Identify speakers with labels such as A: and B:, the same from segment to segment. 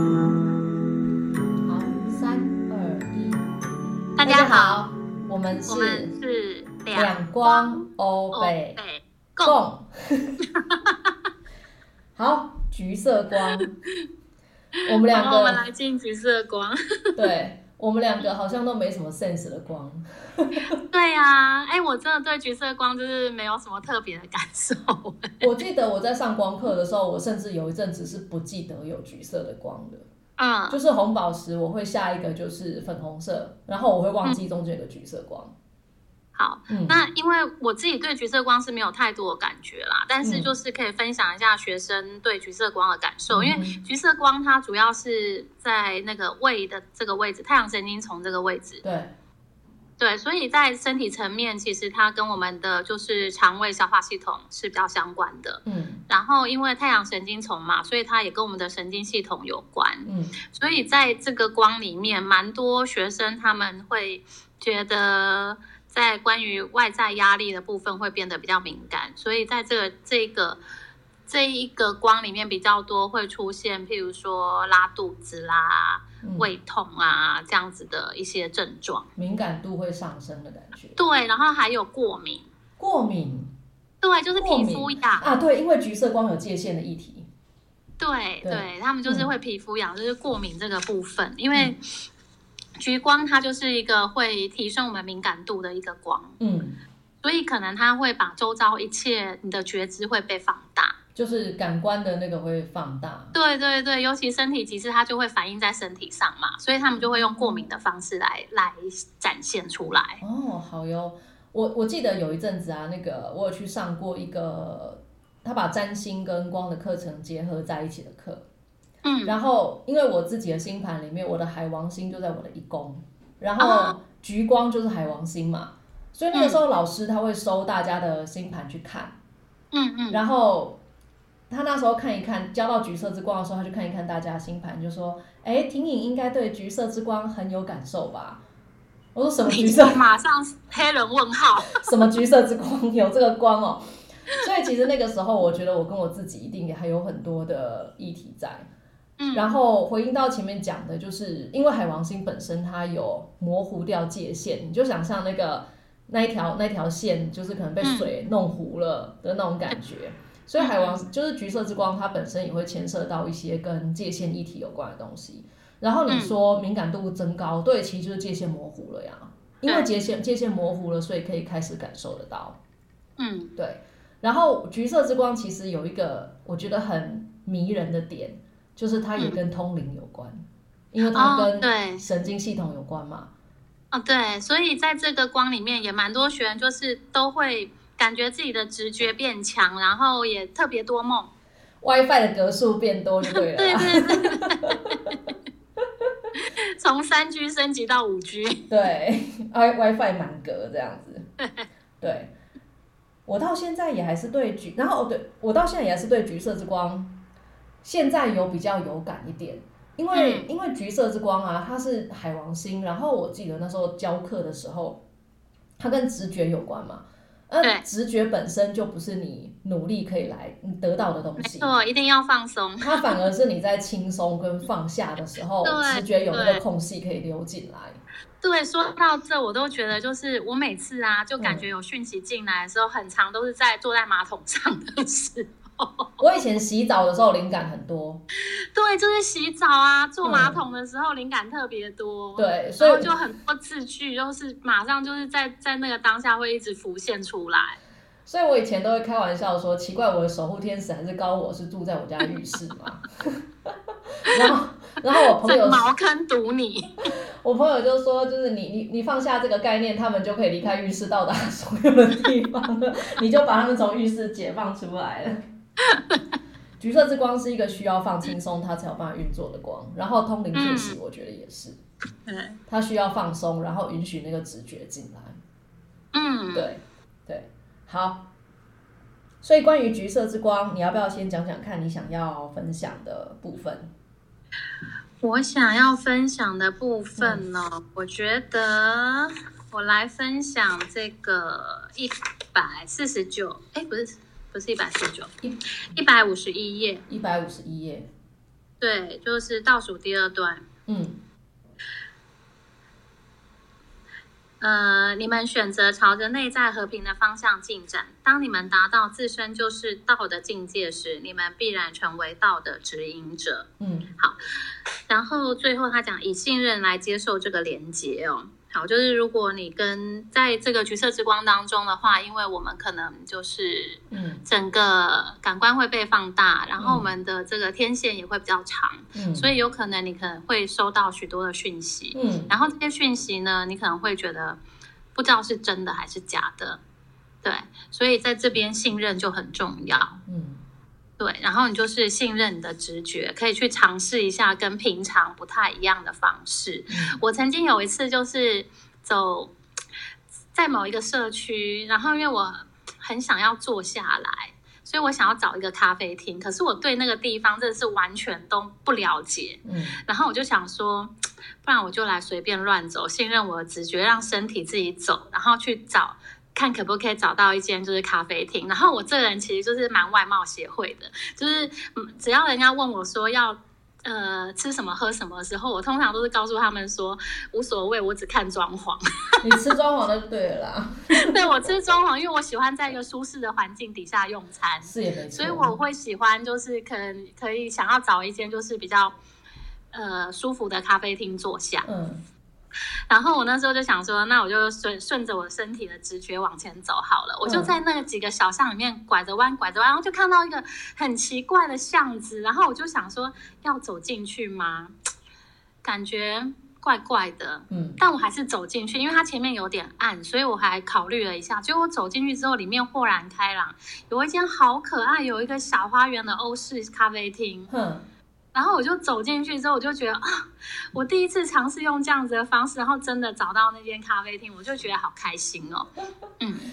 A: 好，三二一，
B: 大家好，，
A: 我们
B: 我们
A: 是
B: 是两
A: 两光欧
B: 对
A: 北
B: 共
A: 共， 好，橘色光，我们
B: 然
A: 两
B: 后我们
A: 个
B: 来进橘色光。
A: 对，我们两个好像都没什么 sense 的光，
B: 对啊，哎，我真的对橘色光就是没有什么特别的感受。
A: 我记得我在上光课的时候，我甚至有一阵子是不记得有橘色的光的，
B: 嗯，
A: 就是红宝石，我会下一个就是粉红色，然后我会忘记中间有个橘色光。
B: 好，
A: 嗯，
B: 那因为我自己对橘色光是没有太多的感觉啦，但是
A: 嗯
B: 就是可以分享一下学生对橘色光的感受，因为
A: 嗯
B: 橘色光它主要是在那个胃的这个位置，太阳神经丛这个位置。
A: 对，
B: 对，所以在身体层面，其实它跟我们的就是肠胃消化系统是比较相关的。
A: 嗯
B: 然后因为太阳神经丛嘛，所以它也跟我们的神经系统有关。
A: 嗯
B: 所以在这个光里面，蛮多学生他们会觉得在关于外在压力的部分会变得比较敏感，所以在这个这个。这一个光里面比较多会出现，譬如说拉肚子啦、
A: 嗯，
B: 胃痛啊这样子的一些症状。
A: 敏感度会上升的感觉，
B: 对，然后还有过敏，
A: 过敏
B: 对，就是
A: 过
B: 皮
A: 敏
B: 肤痒，
A: 啊，对，因为橘色光有界限的议题，
B: 对
A: 对嗯
B: 对，他们就是会皮肤痒，就是过敏这个部分，因为橘光它就是一个会提升我们敏感度的一个光，
A: 嗯，
B: 所以可能它会把周遭一切你的觉知会被放大。
A: 就是感官的那个会放大，
B: 对对对，尤其身体极致，它就会反映在身体上嘛，所以他们就会用过敏的方式来来展现出来。
A: 哦，好哟，我我记得有一阵子啊，那个我有去上过一个，他把占星跟光的课程结合在一起的课，
B: 嗯，
A: 然后因为我自己的星盘里面，我的海王星就在我的一宫，然后
B: 啊
A: 橘光就是海王星嘛，所以那个时候老师他会收大家的星盘去看，
B: 嗯嗯，
A: 然后他那时候看一看，教到橘色之光的时候，他就看一看大家的星盘，就说：“哎，婷颖应该对橘色之光很有感受吧？”我说：“什么橘色？
B: 马上黑人问号。
A: 什么橘色之光？有这个光哦？”所以其实那个时候，我觉得我跟我自己一定也还有很多的议题在。
B: 嗯，
A: 然后回应到前面讲的，就是因为海王星本身它有模糊掉界限，你就想象那个那一条那条线，就是可能被水弄糊了的那种感觉。所以海王就是橘色之光，它本身也会牵涉到一些跟界限议题有关的东西。然后你说敏感度增高，对，其实就是界限模糊了呀，因为界限界限模糊了，所以可以开始感受得到。
B: 嗯
A: 对，然后橘色之光其实有一个我觉得很迷人的点，就是它也跟通灵有关，因为它
B: 嗯哦，
A: 跟
B: 对，
A: 神经系统有关嘛。
B: 哦，对，所以在这个光里面，也蛮多学员就是都会感觉自己的直觉变强，然后也特别多梦。
A: WiFi 的格数变多就对了
B: 对
A: 啦，
B: 对对对对，从三 G 升级到五 G。
A: 对，i WiFi 满格这样子。对，我到现在也还是对橘，然后哦对我到现在也还是对橘色之光，现在有比较有感一点，因
B: 嗯
A: 为、因为橘色之光啊，它是海王星，然后我记得那时候教课的时候，它跟直觉有关嘛，
B: 对
A: 嗯，直觉本身就不是你努力可以来你得到的东
B: 没
A: 西。
B: 错，一定要放松。
A: 它反而是你在轻松跟放下的时候，
B: 对
A: 直觉有那个
B: 对
A: 空隙可以流进来。
B: 对，说到这，我都觉得就是我每次啊，就感觉有讯息进来的时候，很长都是在坐在马桶上的事。
A: 我以前洗澡的时候灵感很多，
B: 对，就是洗澡啊，坐马桶的时候灵感特别多。
A: 嗯对，所
B: 所
A: 以
B: 以就很多字句，就是马上就是在在那个当下会一直浮现出来。
A: 所以我以前都会开玩笑说，奇怪，我的守护天使还是高我是住在我家浴室嘛。 然后，然后我朋
B: 在
A: 友，
B: 茅坑堵你，
A: 我朋友就说，就是你你你放下这个概念，他们就可以离开浴室，到达所有的地方了。 你就把他们从浴室解放出来了。橘色之光是一个需要放轻松，它才有办法运作的光。然后通灵确实，我觉得也是，
B: 嗯
A: 它需要放松，然后允许那个直觉进来。
B: 嗯，
A: 对对，好。所以关于橘色之光，你要不要先讲讲看你想要分享的部分？
B: 我想要分享的部分呢、我觉得我来分享这个一百四十九，哎，不是不是一百四十九
A: 一，
B: 一百五十一页，
A: 一百五十一页，
B: 对，就是倒数第二段。
A: 嗯
B: 呃，你们选择朝着内在和平的方向进展。当你们达到自身就是道的境界时，你们必然成为道的指引者。
A: 嗯
B: 然后最后他讲以信任来接受这个连接哦。好，就是如果你跟在这个橘色之光当中的话，因为我们可能就是
A: 嗯
B: 整个感官会被放大，然后
A: 嗯
B: 我们的这个天线也会比较长，
A: 嗯，
B: 所
A: 以
B: 以有可能你可能会收到许多的讯息，
A: 嗯
B: 然后这些讯息呢，你可能会觉得不知道是真的还是假的，对，所以在这边信任就很重要。
A: 嗯
B: 对，然后你就是信任你的直觉，可以去尝试一下跟平常不太一样的方式。
A: 嗯
B: 我曾经有一次就是走在某一个社区，然后因为我很想要坐下来，所以我想要找一个咖啡厅，可是我对那个地方真的是完全都不了解。
A: 嗯
B: 然后我就想说，不然我就来随便乱走，信任我的直觉，让身体自己走，然后去找看可不可以找到一间就是咖啡厅。然后我这个人其实就是蛮外貌协会的，就是嗯只要人家问我说要。呃，吃什么喝什么的时候，我通常都是告诉他们说无所谓，我只看装潢。
A: 你吃装潢的就对了啦，
B: 对我吃装潢，因为我喜欢在一个舒适的环境底下用餐。
A: 是也没错，
B: 所以我会喜欢，就是可能可以想要找一间就是比较呃舒服的咖啡厅坐下。
A: 嗯
B: 然后我那时候就想说，那我就顺顺着我身体的直觉往前走好了。我就在那个几个小巷里面拐着弯，拐着弯，然后就看到一个很奇怪的巷子，然后我就想说，要走进去吗？感觉怪怪的。
A: 嗯
B: 但我还是走进去，因为它前面有点暗，所以我还考虑了一下。结果我走进去之后，里面豁然开朗，有一间好可爱，有一个小花园的欧式咖啡厅。
A: 哼
B: 然后我就走进去之后，我就觉得啊，我第一次尝试用这样子的方式，然后真的找到那间咖啡厅，我就觉得好开心哦。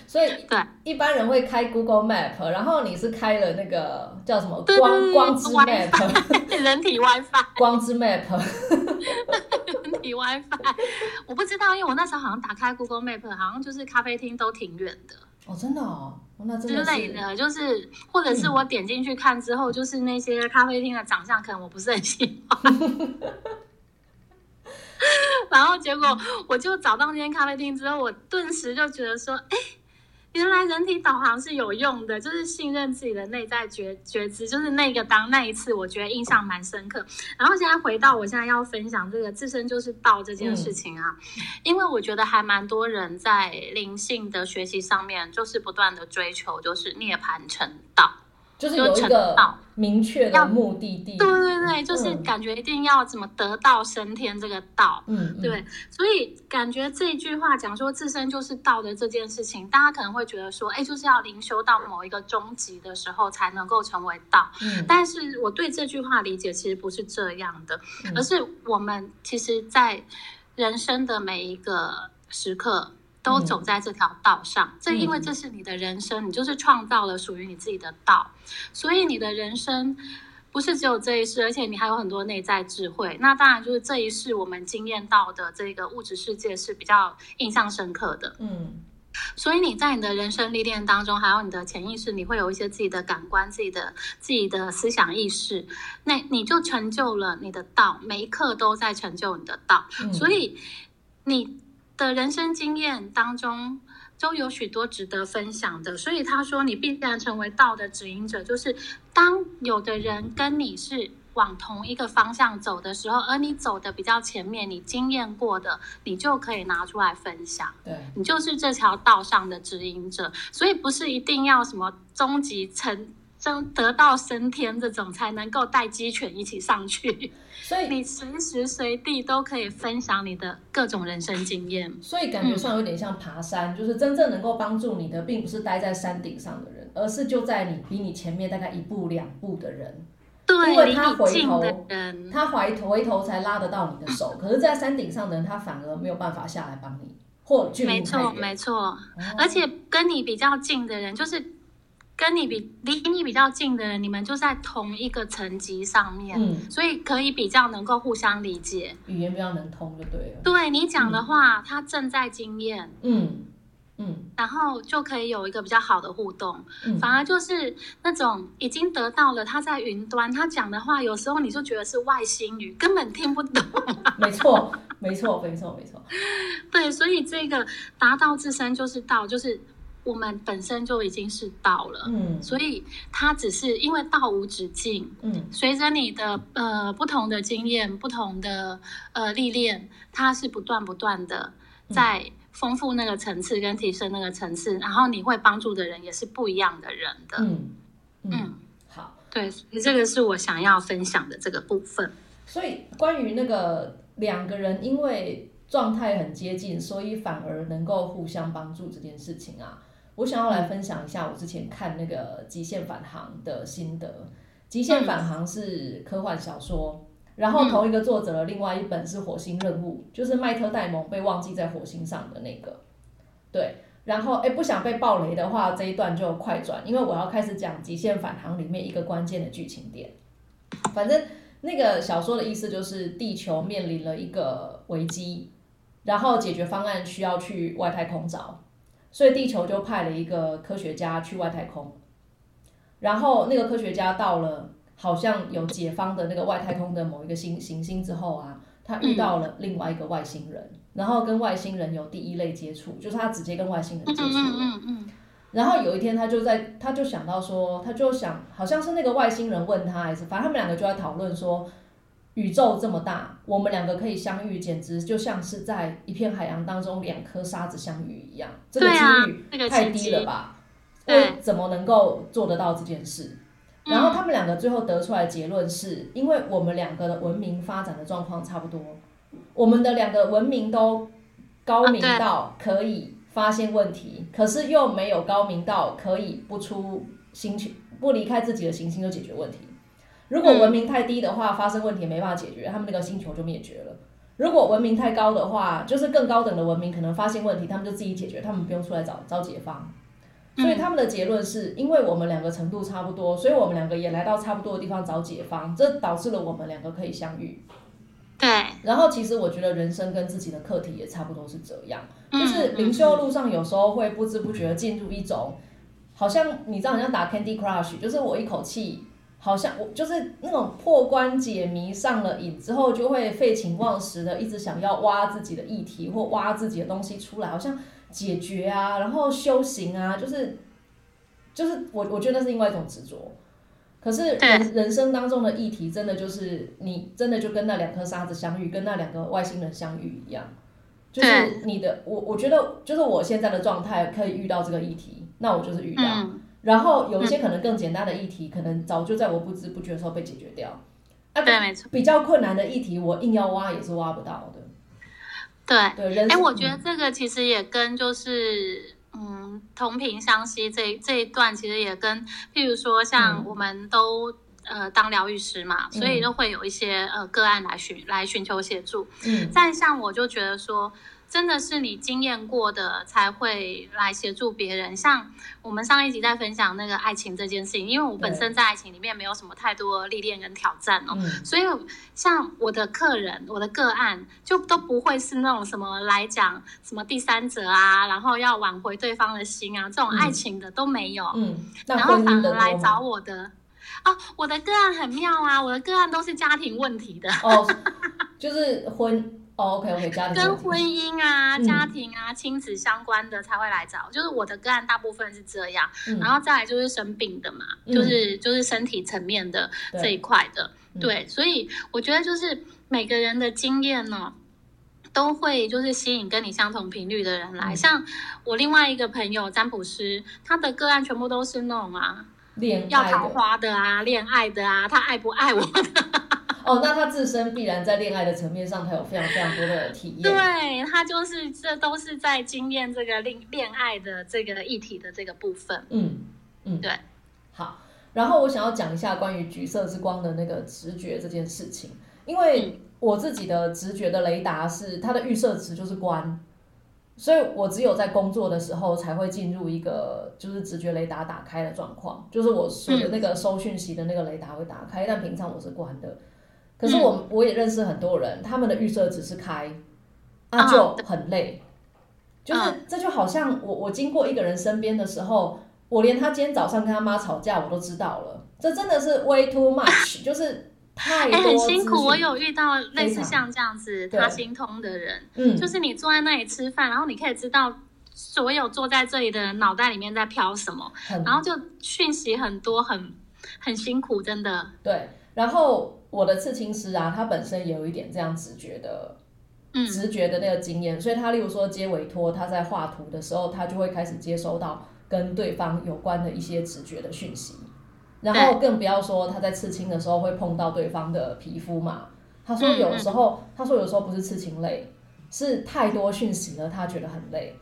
A: 所以
B: 对
A: 一般人会开 Google Map，然后你是开了那个叫什么
B: 对
A: 光光之
B: WiFi
A: Map，
B: 人体 WiFi，
A: 光之 Map，
B: 人体 WiFi，我不知道，因为我那时候好像打开 Google Map，好像就是咖啡厅都挺远的
A: 哦，真的哦，那真
B: 之
A: 的
B: 类
A: 是，
B: 的，就是或者是我点进去看之后，就是那些咖啡厅的长相可能我不是很喜欢。然后结果我就找到那间咖啡厅之后，我顿时就觉得说，哎，原来人体导航是有用的，就是信任自己的内在觉觉知，就是那个当那一次，我觉得印象蛮深刻。然后现在回到我现在要分享这个自身就是道这件事情啊，因为我觉得还蛮多人在灵性的学习上面，就是不断的追求就是涅槃成道。
A: 就是有一个
B: 就成道
A: 明确的
B: 要
A: 目的地，
B: 对对对，就是
A: 嗯
B: 感觉一定要怎么得道升天这个道。
A: 嗯，嗯
B: 对，所以感觉这句话讲说自身就是道的这件事情，大家可能会觉得说，哎，就是要灵修到某一个终极的时候才能够成为道。
A: 嗯
B: 但是我对这句话理解其实不是这样的，
A: 嗯
B: 而是我们其实，在人生的每一个时刻。都
A: 嗯
B: 走在这条道上，这因为
A: 嗯
B: 这是你的人生，你就是创造了属于你自己的道，所以你的人生不是只有这一世，而且你还有很多内在智慧。那当然就是这一世我们经验到的这个物质世界是比较印象深刻的。
A: 嗯
B: 所以你在你的人生历练当中，还有你的潜意识，你会有一些自己的感官、自己的自己的思想意识，那你就成就了你的道，每一刻都在成就你的道。
A: 嗯，
B: 所以你的人生经验当中都有许多值得分享的。所以他说，你必然成为道的指引者，就是当有的人跟你是。往同一个方向走的时候，而你走的比较前面，你经验过的，你就可以拿出来分享。
A: 对，
B: 你就是这条道上的指引者，所以不是一定要什么终极成真得到升天这种才能够带鸡犬一起上去，
A: 所以
B: 你随时随地都可以分享你的各种人生经验。
A: 所以感
B: 嗯
A: 觉上有点像爬山，就是真正能够帮助你的，并不是待在山顶上的人，而是就在你比你前面大概一步两步的人，因
B: 对，
A: 为
B: 离
A: 他
B: 你
A: 回
B: 近
A: 头
B: 的人，
A: 他回头回头才拉得到你的手，可是，在山顶上的人，他反而没有办法下来帮你，或距离
B: 没
A: 太
B: 错
A: 远。
B: 没错，
A: 哦
B: 而且跟你比较近的人，就是跟你比离你比较近的人，你们就在同一个层级上面，
A: 嗯，
B: 所以可以比较能够互相理解。
A: 语言比较能通就对了。
B: 对你讲的话，他正在经验，
A: 嗯嗯
B: 然后就可以有一个比较好的互动。
A: 嗯，
B: 反而就是那种已经得到了，他在云端，他讲的话，有时候你就觉得是外星语，根本听不懂。
A: 没错，没错，没错，没错。
B: 对，所以这个达到自身就是道，就是我们本身就已经是道了。
A: 嗯
B: 所以它只是因为道无止境，
A: 嗯
B: 随着你的呃不同的经验、不同的呃历练，它是不断不断的
A: 嗯
B: 在丰富那个层次跟提升那个层次，然后你会帮助的人也是不一样的人的。
A: 嗯嗯，
B: 嗯，
A: 好。
B: 对，所以这个是我想要分享的这个部分。
A: 所以关于那个两个人因为状态很接近，所以反而能够互相帮助这件事情啊，我想要来分享一下我之前看那个《极限返航》的心得。《极限返航》是科幻小说，然后同一个作者的另外一本是《火星任务》，就是麦特戴蒙被忘记在火星上的那个。对，然后哎，不想被暴雷的话，这一段就快转，因为我要开始讲《极限返航》里面一个关键的剧情点。反正那个小说的意思就是地球面临了一个危机，然后解决方案需要去外太空找，所以地球就派了一个科学家去外太空，然后那个科学家到了好像有解方的那个外太空的某一个星行星之后啊，他遇到了另外一个外星人，然后跟外星人有第一类接触，就是他直接跟外星人
B: 嗯
A: 接触了。
B: 嗯嗯嗯
A: 然后有一天，他就在，他就想到说，他就想，好像是那个外星人问他，还是反正他们两个就在讨论说，宇宙这么大，我们两个可以相遇，简直就像是在一片海洋当中两颗沙子相遇一样，这个
B: 对啊
A: 几率
B: 这个
A: 太
B: 契
A: 低
B: 机
A: 了吧？
B: 对
A: 我怎么能够做得到这件事？
B: 嗯
A: 然后他们两个最后得出来的结论是，因为我们两个的文明发展的状况差不多，我们的两个文明都高明
B: 啊对
A: 到可以发现问题，可是又没有高明到可以不出星球、不离开自己的行星就解决问题。如果文明太低的话，发生问题没办法解决，他们那个星球就灭绝了。如果文明太高的话，就是更高等的文明可能发现问题，他们就自己解决，他们不用出来找找解方。所以他们的结论是，因为我们两个程度差不多，所以我们两个也来到差不多的地方找解方，这导致了我们两个可以相遇。
B: 对，
A: 然后其实我觉得人生跟自己的课题也差不多是这样，
B: 嗯
A: 就是灵修路上有时候会不知不觉地进入一种，好像你知道，好像打 Candy Crush，就是我一口气。好像我就是那种破关解谜上了瘾之后，就会废寝忘食的一直想要挖自己的议题或挖自己的东西出来，好像解决啊，然后修行啊，就是就是我我觉得那是另外一种执着。可是人人生当中的议题，真的就是你真的就跟那两颗沙子相遇，跟那两个外星人相遇一样，就是
B: 对
A: 你的我我觉得就是我现在的状态可以遇到这个议题，那我就是遇到。
B: 嗯
A: 然后有一些可能更简单的议题，可能早就在我不知不觉的时候被解决掉。啊，
B: 嗯对，没错，
A: 比较困难的议题，我硬要挖也是挖不到的。
B: 对。
A: 对，人
B: 哎、
A: 生
B: 我觉得这个其实也跟就是嗯同频相吸这一这一段，其实也跟譬如说像
A: 嗯
B: 我们都。呃，当疗愈师嘛，所以
A: 嗯
B: 就会有一些呃个案来寻来寻求协助。
A: 嗯
B: 再像我就觉得说，真的是你经验过的才会来协助别人。像我们上一集在分享那个爱情这件事情，因为我本
A: 对
B: 身在爱情里面没有什么太多的历练跟挑战哦，
A: 嗯
B: 所以，像我的客人、我的个案，就都不会是那种什么来讲什么第三者啊，然后要挽回对方的心啊，这种
A: 嗯
B: 爱情的都没有。
A: 嗯，那
B: 然后
A: 婚
B: 反
A: 姻的
B: 而来
A: 多
B: 找
A: 吗？
B: 我的，啊，我的个案很妙啊，我的个案都是家庭问题的，
A: 哦，就是婚哦，OK OK，家庭
B: 跟
A: 问题
B: 婚姻啊、
A: 嗯
B: 家庭啊、亲子相关的才会来找。就是我的个案大部分是这样，
A: 嗯
B: 然后再来就是生病的嘛，
A: 嗯
B: 就是就是身体层面的
A: 对
B: 这一块的。
A: 嗯
B: 对，所以我觉得就是每个人的经验呢、都会就是吸引跟你相同频率的人来。
A: 嗯
B: 像我另外一个朋友占卜师，他的个案全部都是那种啊，
A: 恋
B: 要
A: 爱
B: 桃
A: 的
B: 花的啊，恋爱的啊，他爱不爱我的？
A: 哦，那他自身必然在恋爱的层面上，他有非常非常多的体验。
B: 对他就是这都是在经验这个恋恋爱的这个议题的这个部分。
A: 嗯嗯，
B: 对，
A: 好。然后我想要讲一下关于橘色之光的那个直觉这件事情，因为我自己的直觉的雷达是它的预设值就是光，所以我只有在工作的时候才会进入一个就是直觉雷达打开的状况，就是我说的那个收讯息的那个雷达会打开，但平常我是关的。可是我我也认识很多人，他们的预设只是开，那、啊、就很累。就是这就好像我我经过一个人身边的时候，我连他今天早上跟他妈吵架我都知道了，这真的是 way too much，就是太多、欸。
B: 哎很辛苦，我有遇到类似像这样子他心通的人，嗯，就是你坐在那里吃饭，然后你可以知道所有坐在这里的人脑袋里面在飘什么，然后就讯息很多，很很辛苦，真的。
A: 对，然后我的刺青师啊，他本身也有一点这样直觉的。直觉的那个经验，所以他例如说接委托，他在画图的时候，他就会开始接收到跟对方有关的一些直觉的讯息，然后更不要说他在刺青的时候会碰到对方的皮肤嘛。他说有时候，他说有时候不是刺青累，是太多讯息了，他觉得很累。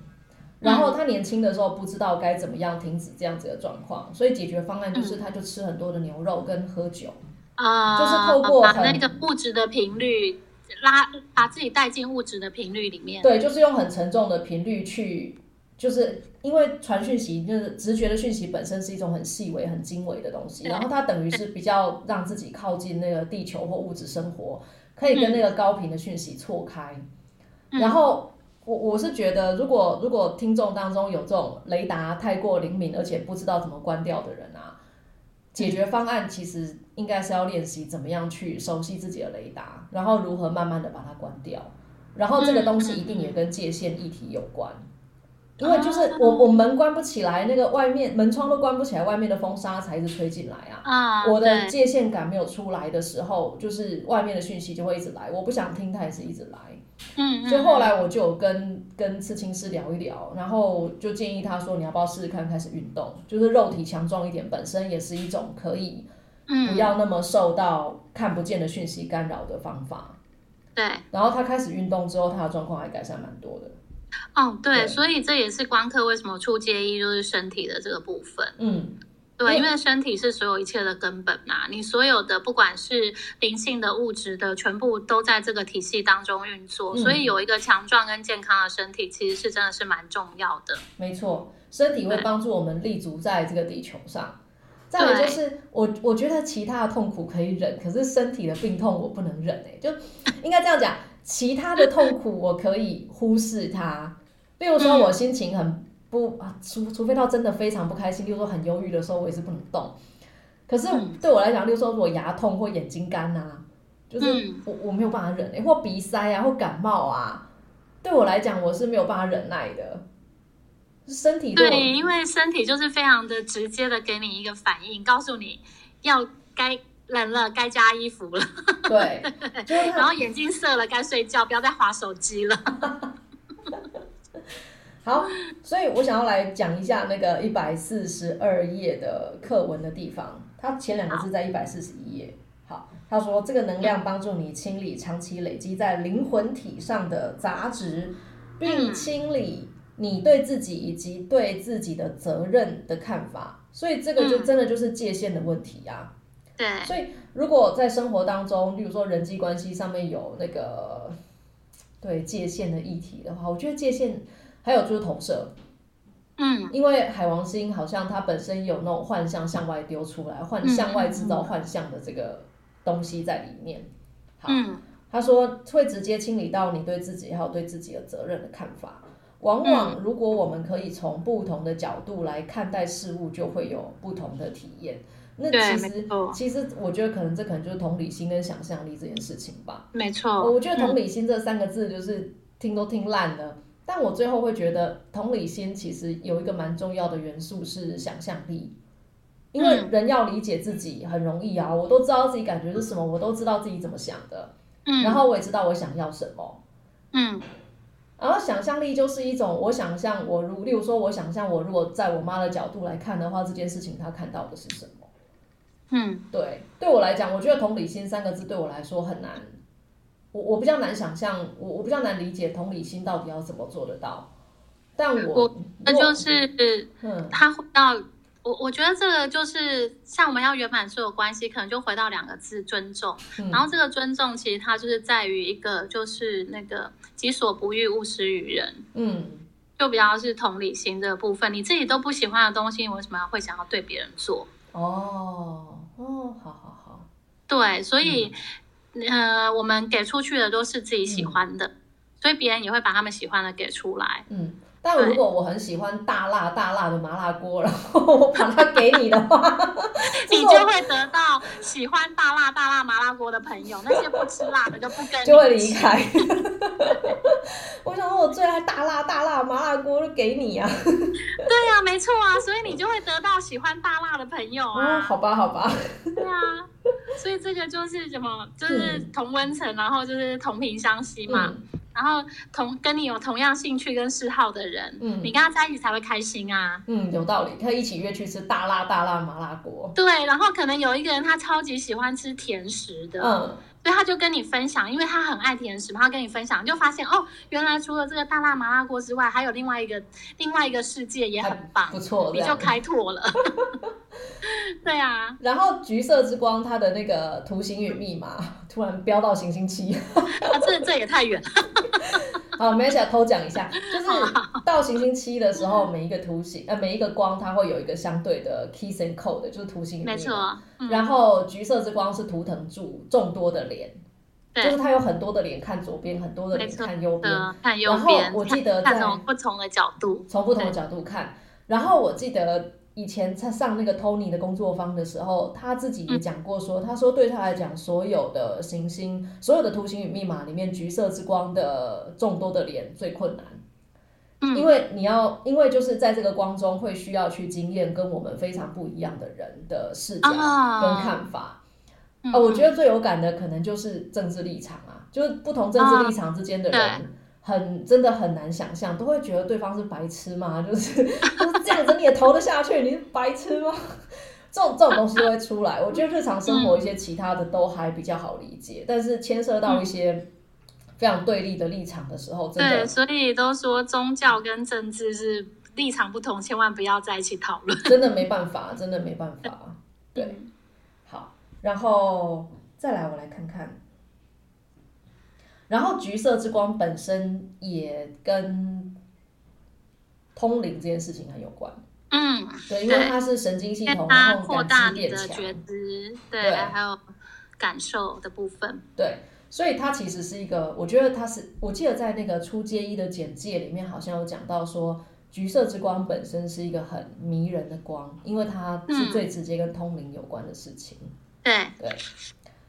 A: 然后他年轻的时候不知道该怎么样停止这样子的状况，所以解决方案就是他就吃很多的牛肉跟喝酒，
B: 啊、
A: 嗯，就是透过
B: 把那个物质的频率。拉把自己带进物质的频率里面，
A: 对，就是用很沉重的频率去，就是因为传讯息，就是直觉的讯息本身是一种很细微、很精微的东西，然后它等于是比较让自己靠近那个地球或物质生活，可以跟那个高频的讯息错开。嗯、然后我我是觉得，如果如果听众当中有这种雷达太过灵敏，而且不知道怎么关掉的人啊，解决方案其实。应该是要练习怎么样去熟悉自己的雷达，然后如何慢慢的把它关掉。然后这个东西一定也跟界限议题有关，因为就是我我门关不起来，那个外面门窗都关不起来，外面的风沙才一直吹进来
B: 嗯
A: 啊。我的界限感没有出来的时候，就是外面的讯息就会一直来，我不想听它也是一直来。
B: 嗯，
A: 所以后来我就有跟跟刺青师聊一聊，然后就建议他说，你要不要试试看开始运动，就是肉体强壮一点，本身也是一种可以。
B: 嗯
A: 不要那么受到看不见的讯息干扰的方法。
B: 对。
A: 然后他开始运动之后，他的状况还改善蛮多的。
B: 哦，对，对所以这也是光课为什么出介一就是身体的这个部分。
A: 嗯，
B: 对，因为身体是所有一切的根本嘛，你所有的不管是灵性的、物质的，全部都在这个体系当中运作，嗯、所以有一个强壮跟健康的身体，其实是真的是蛮重要的。
A: 没错，身体会帮助我们立足在这个地球上。再来就是我，我觉得其他的痛苦可以忍，可是身体的病痛我不能忍哎、欸，就应该这样讲，其他的痛苦我可以忽视它。例如说，我心情很不啊，除除非到真的非常不开心，例如说很忧郁的时候，我也是不能动。可是对我来讲，例如说我牙痛或眼睛干啊，就是我我没有办法忍哎、欸，或鼻塞啊，或感冒啊，对我来讲我是没有办法忍耐的。身体
B: 对，因为身体就是非常的直接的给你一个反应，告诉你要该冷了，该加衣服 了。
A: 对，
B: 对然后眼睛涩了，该睡觉，不要再划手 机了。
A: 好，所以我想要来讲一下那个一百四十二页的课文的地方，它前两个字在一百四十一页。好，他说这个能量帮助你清理长期累积在灵魂体上的杂质，并清理、嗯。你对自己以及对自己的责任的看法，所以这个就真的就是界限的问题
B: 啊。嗯、对，
A: 所以如果在生活当中，例如说人际关系上面有那个对界限的议题的话，我觉得界限还有就是投射，
B: 嗯，
A: 因为海王星好像它本身有那种幻象向外丢出来，幻向外制造幻象的这个东西在里面。好，
B: 嗯、
A: 他说会直接清理到你对自己还有对自己的责任的看法。往往，如果我们可以从不同的角度来看待事物，就会有不同的体验。那其实，其实我觉得可能这可能就是同理心跟想象力这件事情吧。
B: 没错，
A: 我觉得同理心这三个字就是听都听烂了，嗯、但我最后会觉得同理心其实有一个蛮重要的元素是想象力，因为人要理解自己很容易啊，我都知道自己感觉是什么，我都知道自己怎么想的，
B: 嗯，
A: 然后我也知道我想要什么，
B: 嗯。
A: 然后想象力就是一种，我想象我如，例如说，我想象我如果在我妈的角度来看的话，这件事情她看到的是什么？
B: 嗯，
A: 对，对我来讲，我觉得同理心三个字对我来说很难，我我比较难想象，我我比较难理解同理心到底要怎么做得到。但我
B: 那就是
A: 嗯，
B: 他到我我觉得这个就是像我们要圆满所有关系，可能就回到两个字尊重。
A: 嗯、
B: 然后这个尊重其实它就是在于一个就是那个。己所不欲，勿施于人。
A: 嗯，
B: 就比较是同理心这个部分。你自己都不喜欢的东西，你为什么会想要对别人做？
A: 哦哦，好好好，
B: 对，所以、
A: 嗯
B: 呃，我们给出去的都是自己喜欢的，所以别人也会把他们喜欢的给出来。
A: 嗯。但如果我很喜欢大辣大辣的麻辣锅，然后我把它给你的话，
B: 你就会得到喜欢大辣大辣麻辣锅的朋友，那些不吃辣的就不跟你
A: 就会
B: 一
A: 离
B: 起
A: 开。我想说，我最爱大辣大辣麻辣锅就给你啊！
B: 对啊，没错啊，所以你就会得到喜欢大辣的朋友
A: 哦，
B: 啊，
A: 好吧，好吧，
B: 对啊，所以这个就是什么，就是
A: 嗯
B: 同温层，然后就是同频相吸嘛，
A: 嗯
B: 然后同跟你有同样兴趣跟嗜好的人，
A: 嗯
B: 你跟他在一起才会开心啊。
A: 嗯，有道理，可以一起约去吃大辣大辣麻辣锅。
B: 对，然后可能有一个人他超级喜欢吃甜食的，
A: 嗯，
B: 所以他就跟你分享，因为他很爱甜食嘛，他跟你分享，你就发现哦，原来除了这个大辣麻辣锅之外，还有另外一个另外一个世界也很棒
A: 不，错，这
B: 你就
A: 样。
B: 开拓了。 对啊，
A: 然后橘色之光它的那个图形与密码突然飙到行星七，
B: 啊这这也太远了。
A: 好，没关系啊，偷讲一 下，就是到行星七的时候，每一个图形呃每一个光它会有一个相对的 keys and code，就是图形与密码。
B: 没错，嗯，
A: 然后橘色之光是图腾柱众多的脸，就
B: 嗯对
A: 是，它有很多的脸看左边，很多的脸
B: 没错嗯
A: 看右边，
B: 的看右
A: 然
B: 边，
A: 后我
B: 看
A: 记得
B: 看
A: 在
B: 从不同的角度，
A: 从不同的角度看。然后我记得以前他上那个 Tony 的工作坊的时候，他自
B: 嗯
A: 己也讲过说，他说对他来讲，所有的行星、所有的图形与密码里面，橘色之光的众多的脸最困难。
B: 嗯
A: 因为你要，因为就是在这个光中会需要去经验跟我们非常不一样的人的视角
B: 啊
A: 跟看法。
B: 嗯
A: 啊，我觉得最有感的可能就是政治立场啊，就是不同政治立场之间的人，
B: 啊
A: 很真的很难想象，都会觉得对方是白痴吗？ 就是就是这样子，你也投得下去？你是白痴吗？ 这种这种东西都会出来。我觉得日常生活一些其他的都还比较好理解，但是牵涉到一些非常对立的立场的时候，真
B: 对，
A: 的
B: 所以都说宗教跟政治是立场不同，千万不要在一起讨论。
A: 真的没办法，真的没办法。对，好，然后再来，我来看看。然后橘色之光本身也跟通灵这件事情很有关，
B: 嗯，
A: 对，因为
B: 对
A: 它是神经系
B: 因为
A: 统，
B: 它
A: 然后
B: 扩
A: 感
B: 大
A: 知
B: 你
A: 变
B: 的
A: 强，
B: 觉知，对，
A: 对
B: 还有感受的部分。
A: 对，所以它其实是一个，我觉得它是，我记得在那个初阶一的简介里面好像有讲到说，橘色之光本身是一个很迷人的光，因为它是
B: 嗯
A: 最直接跟通灵有关的事情。
B: 对，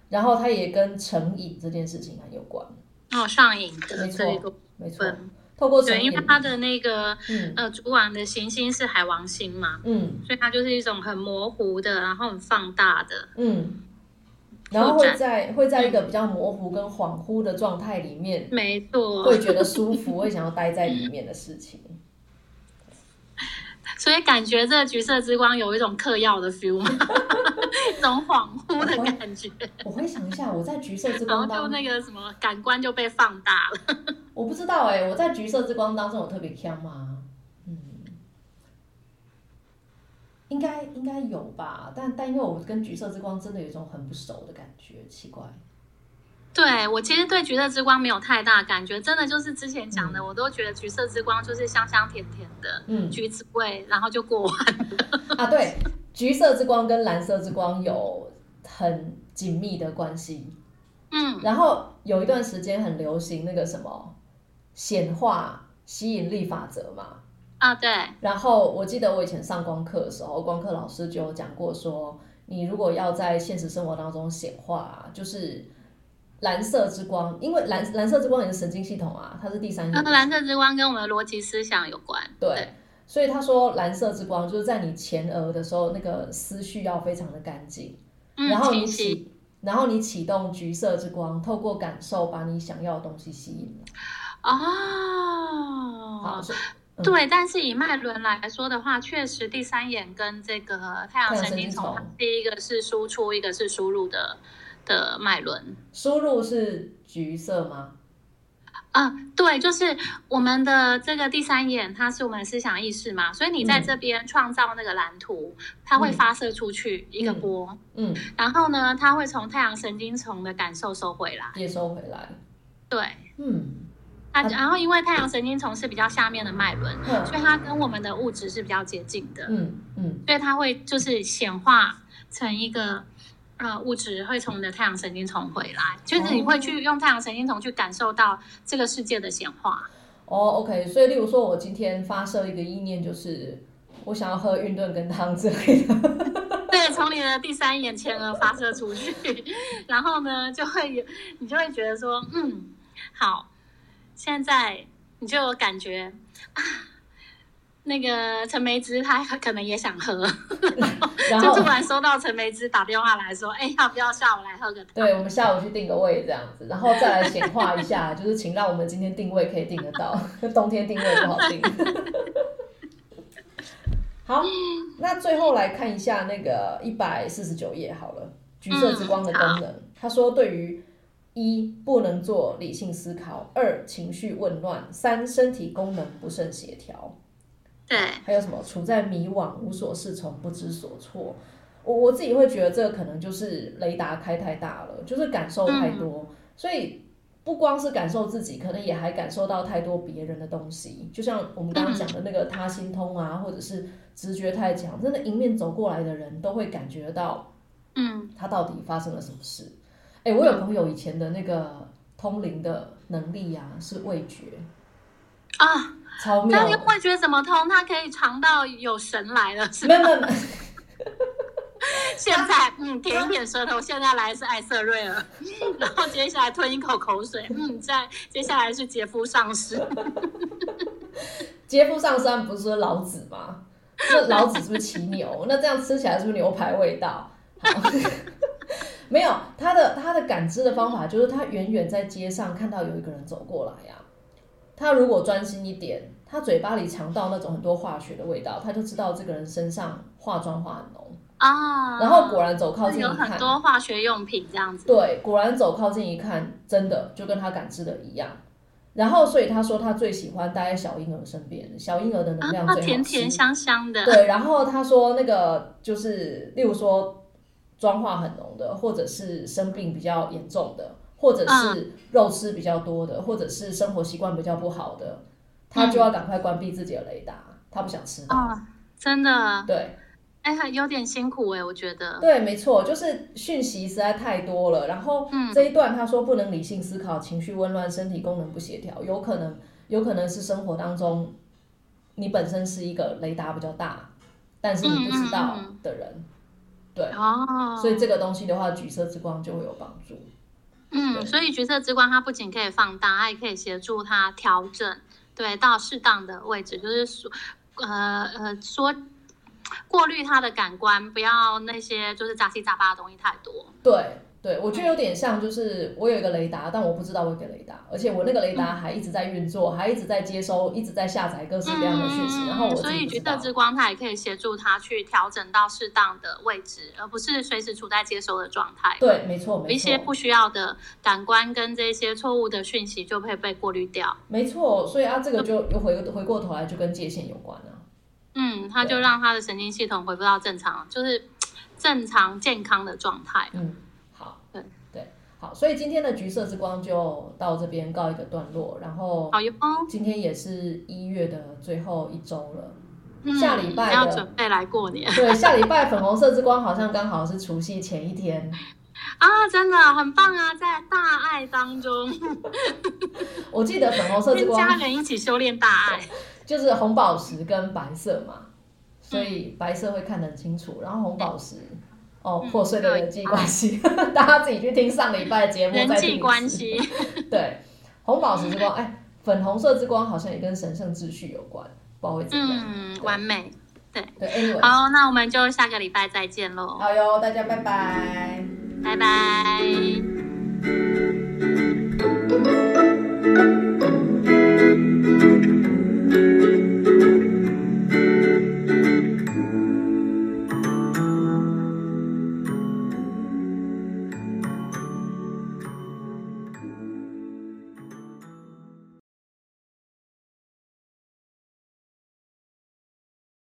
A: 然后它也跟成瘾这件事情啊很有关，
B: 哦，上瘾的
A: 没
B: 这一
A: 错
B: 个部
A: 没错。
B: 分，
A: 透过成
B: 嗯对，因
A: 瘾
B: 为，它的那个
A: 嗯
B: 呃主管的行星是海王星嘛，
A: 嗯
B: 所以它就是一种很模糊的，然后很放大的。
A: 嗯，然后会在会在一
B: 嗯
A: 个比较模糊跟恍惚的状态里 面，
B: 没错
A: 会，觉得舒服，会想要待在里面的事情。
B: 所以感觉这橘色之光有一种嗑药的 feel 嘛， 一种恍惚的感觉，
A: 我回想一下，我在橘色之
B: 然后
A: 光
B: 就
A: 当，
B: 那个什么感官就被放大了。
A: 我不知道哎、我在橘色之光当中有特别强吗？嗯，应该应该有吧，但但因为我跟橘色之光真的有一种很不熟的感觉，奇怪。
B: 对我其实对橘色之光没有太大感觉，真的就是之前讲的，我都觉得橘色之光就是香香甜甜的
A: 嗯，
B: 橘子味，然后就过完。
A: 啊，对，橘色之光跟蓝色之光有很紧密的关系。
B: 嗯，
A: 然后有一段时间很流行那个什么显化吸引力法则嘛。
B: 啊，对，
A: 然后我记得我以前上光课的时候，光课老师就有讲过说，你如果要在现实生活当中显化啊、就是蓝色之光，因为蓝蓝色之光也是神经系统啊，它是第三
B: 那
A: 眼
B: 个蓝色之光跟我们的逻辑思想有关。
A: 对，所以他说蓝色之光就是在你前额的时候，那个思绪要非常的干净。
B: 嗯，
A: 然后你
B: 清晰。
A: 启，然后你启动橘色之光，透过感受把你想要的东西吸引来。好，
B: 哦，
A: 所以嗯
B: 对，但是以脉轮来说的话，确实第三眼跟这个太阳
A: 太阳
B: 神
A: 神
B: 经
A: 经
B: 丛，
A: 丛
B: 它第一个是输出，一个是输入的的脉轮。
A: 输入是橘色吗？
B: 啊，对，就是我们的这个第三眼，它是我们的思想意识嘛，所以你在
A: 嗯
B: 这边创造那个蓝图，它会
A: 嗯
B: 发射出去一个
A: 嗯
B: 波，
A: 嗯，
B: 然后呢，它会从太阳神经丛的感受收回来。
A: 接收回来。
B: 对，
A: 嗯，
B: 它然后因为太阳神经丛是比较下面的脉轮，
A: 嗯
B: 所以它跟我们的物质是比较接近的，
A: 嗯嗯
B: 所以它会就是显化成一个呃物质会从你的太阳神经丛回来，就是你会去用太阳神经丛去感受到这个世界的显化。
A: 哦，OK，所以例如说我今天发射一个意念，就是我想要喝运动跟汤之类的，
B: 对，从你的第三眼前额发射出去， 然后呢，就会有你就会觉得说，嗯，好，现在你就有感觉啊，那个陈梅芝她可能也想喝，
A: 然
B: 就
A: 后
B: 突然收到陈梅芝打电话来说，哎，要不要下午来喝个汤？
A: 对，我们下午去定个位这样子，然后再来显化一下，就是请让我们今天定位可以定得到，冬天定位不好定。好，那最后来看一下那个一百四十九页好了，橘色之光的功能。他说，对于一不能做理性思考，二情绪紊乱，三身体功能不甚协调。
B: 对，
A: 还有什么处在迷惘、无所适从、不知所措。我我自己会觉得这个可能就是雷达开太大了，就是感受太多，所以不光是感受自己，可能也还感受到太多别人的东西。就像我们刚刚讲的那个他心通啊，或者是直觉太强，真的迎面走过来的人都会感觉到
B: 嗯，
A: 他到底发生了什么事。哎、我有朋友以前的那个通灵的能力呀、啊，是味觉，
B: 啊。
A: 超妙
B: 那
A: 的。
B: 味觉怎么通？他可以尝到有神来了， 是
A: 没有没有没有
B: 现在嗯，舔一舔舌头，现在来是艾 瑟瑞尔，然后接下来吞一口口水，嗯，再接下来是杰夫上师，
A: 接夫上山不是说老子吗？那老子是不是骑牛？那这样吃起来是不是牛排味道？好 没有，他的他的感知的方法就是他远远在街上看到有一个人走过来呀、他如果专心一点，他嘴巴里尝到那种很多化学的味道，他就知道这个人身上化妆化很浓。
B: 啊，
A: 然后果然走靠近
B: 有
A: 一看
B: 很，多化学用品这样子，
A: 对，果然走靠近一看，真的就跟他感知的一样。然后，所以他说他最喜欢待在小婴儿身边，小婴儿的能量
B: 啊，
A: 最好吸。
B: 甜甜香香的，
A: 对，然后他说那个就是，例如说妆化很浓的，或者是生病比较严重的，或者
B: 嗯
A: 是肉吃比较多的，或者是生活习惯比较不好的，他就要赶快关闭自己的雷达，他不想吃到。
B: 哦，真的，
A: 对
B: 哎，还有点辛苦哎，我觉得，
A: 对，没错，就是讯息实在太多了。然后
B: 嗯
A: 这一段他说不能理性思考，情绪紊乱，身体功能不协调，有可能有可能是生活当中你本身是一个雷达比较大，但是你不知道
B: 嗯嗯
A: 的人。对，
B: 哦，
A: 所以这个东西的话，橘色之光就会有帮助。对
B: 嗯，所以橘色之光它不仅可以放大，它也可以协助它调整，对，到适当的位置，就是说，呃呃，说过滤它的感官，不要那些就是杂七杂八的东西太多。
A: 对对，我觉得有点像，就是我有一个雷达，但我不知道我有一个雷达，而且我那个雷达还一直在运作，还一直在接收，一直在下载各式各样的讯息，然后我自
B: 嗯所
A: 己
B: 以
A: 不知
B: 橘
A: 道
B: 色。之光它也可以协助它去调整到适当的位置，而不是随时处在接收的状态。
A: 对，没错，
B: 有
A: 没
B: 一些
A: 错，
B: 不需要的感官跟这些错误的讯息就会被过滤掉。
A: 没错。所以啊，这个就又回回过头来就跟界限有关啊。
B: 嗯，它就
A: 对啊
B: 让它的神经系统恢复到正常，就是正常健康的状态。
A: 嗯，好，
B: 对
A: 对，好。所以今天的橘色之光就到这边告一个段落，然后
B: 好哟，哦
A: 今天也是一月的最后一周了。
B: 嗯
A: 下礼拜的
B: 要准备来过年
A: 对，下礼拜粉红色之光好像刚好是除夕前一 天，
B: 啊，真的很棒啊，在大爱当中
A: 我记得粉红色之
B: 跟家
A: 光
B: 人一起修炼大爱。
A: 就是红宝石跟白色嘛，所以
B: 嗯
A: 白色会看得很清楚，然后红宝石哦破碎的人际关系， 大家自己去听上礼拜的节目
B: 人
A: 再听
B: 际
A: 一
B: 关
A: 次。
B: 系，
A: 对，红宝石之光，哎，粉红色之光好像也跟神圣秩序有关，不知道会怎么样。
B: 嗯，完美。
A: 对，anyway，
B: 好，那我们就下个礼拜再见喽，
A: 好哟，大家拜拜。
B: 拜拜。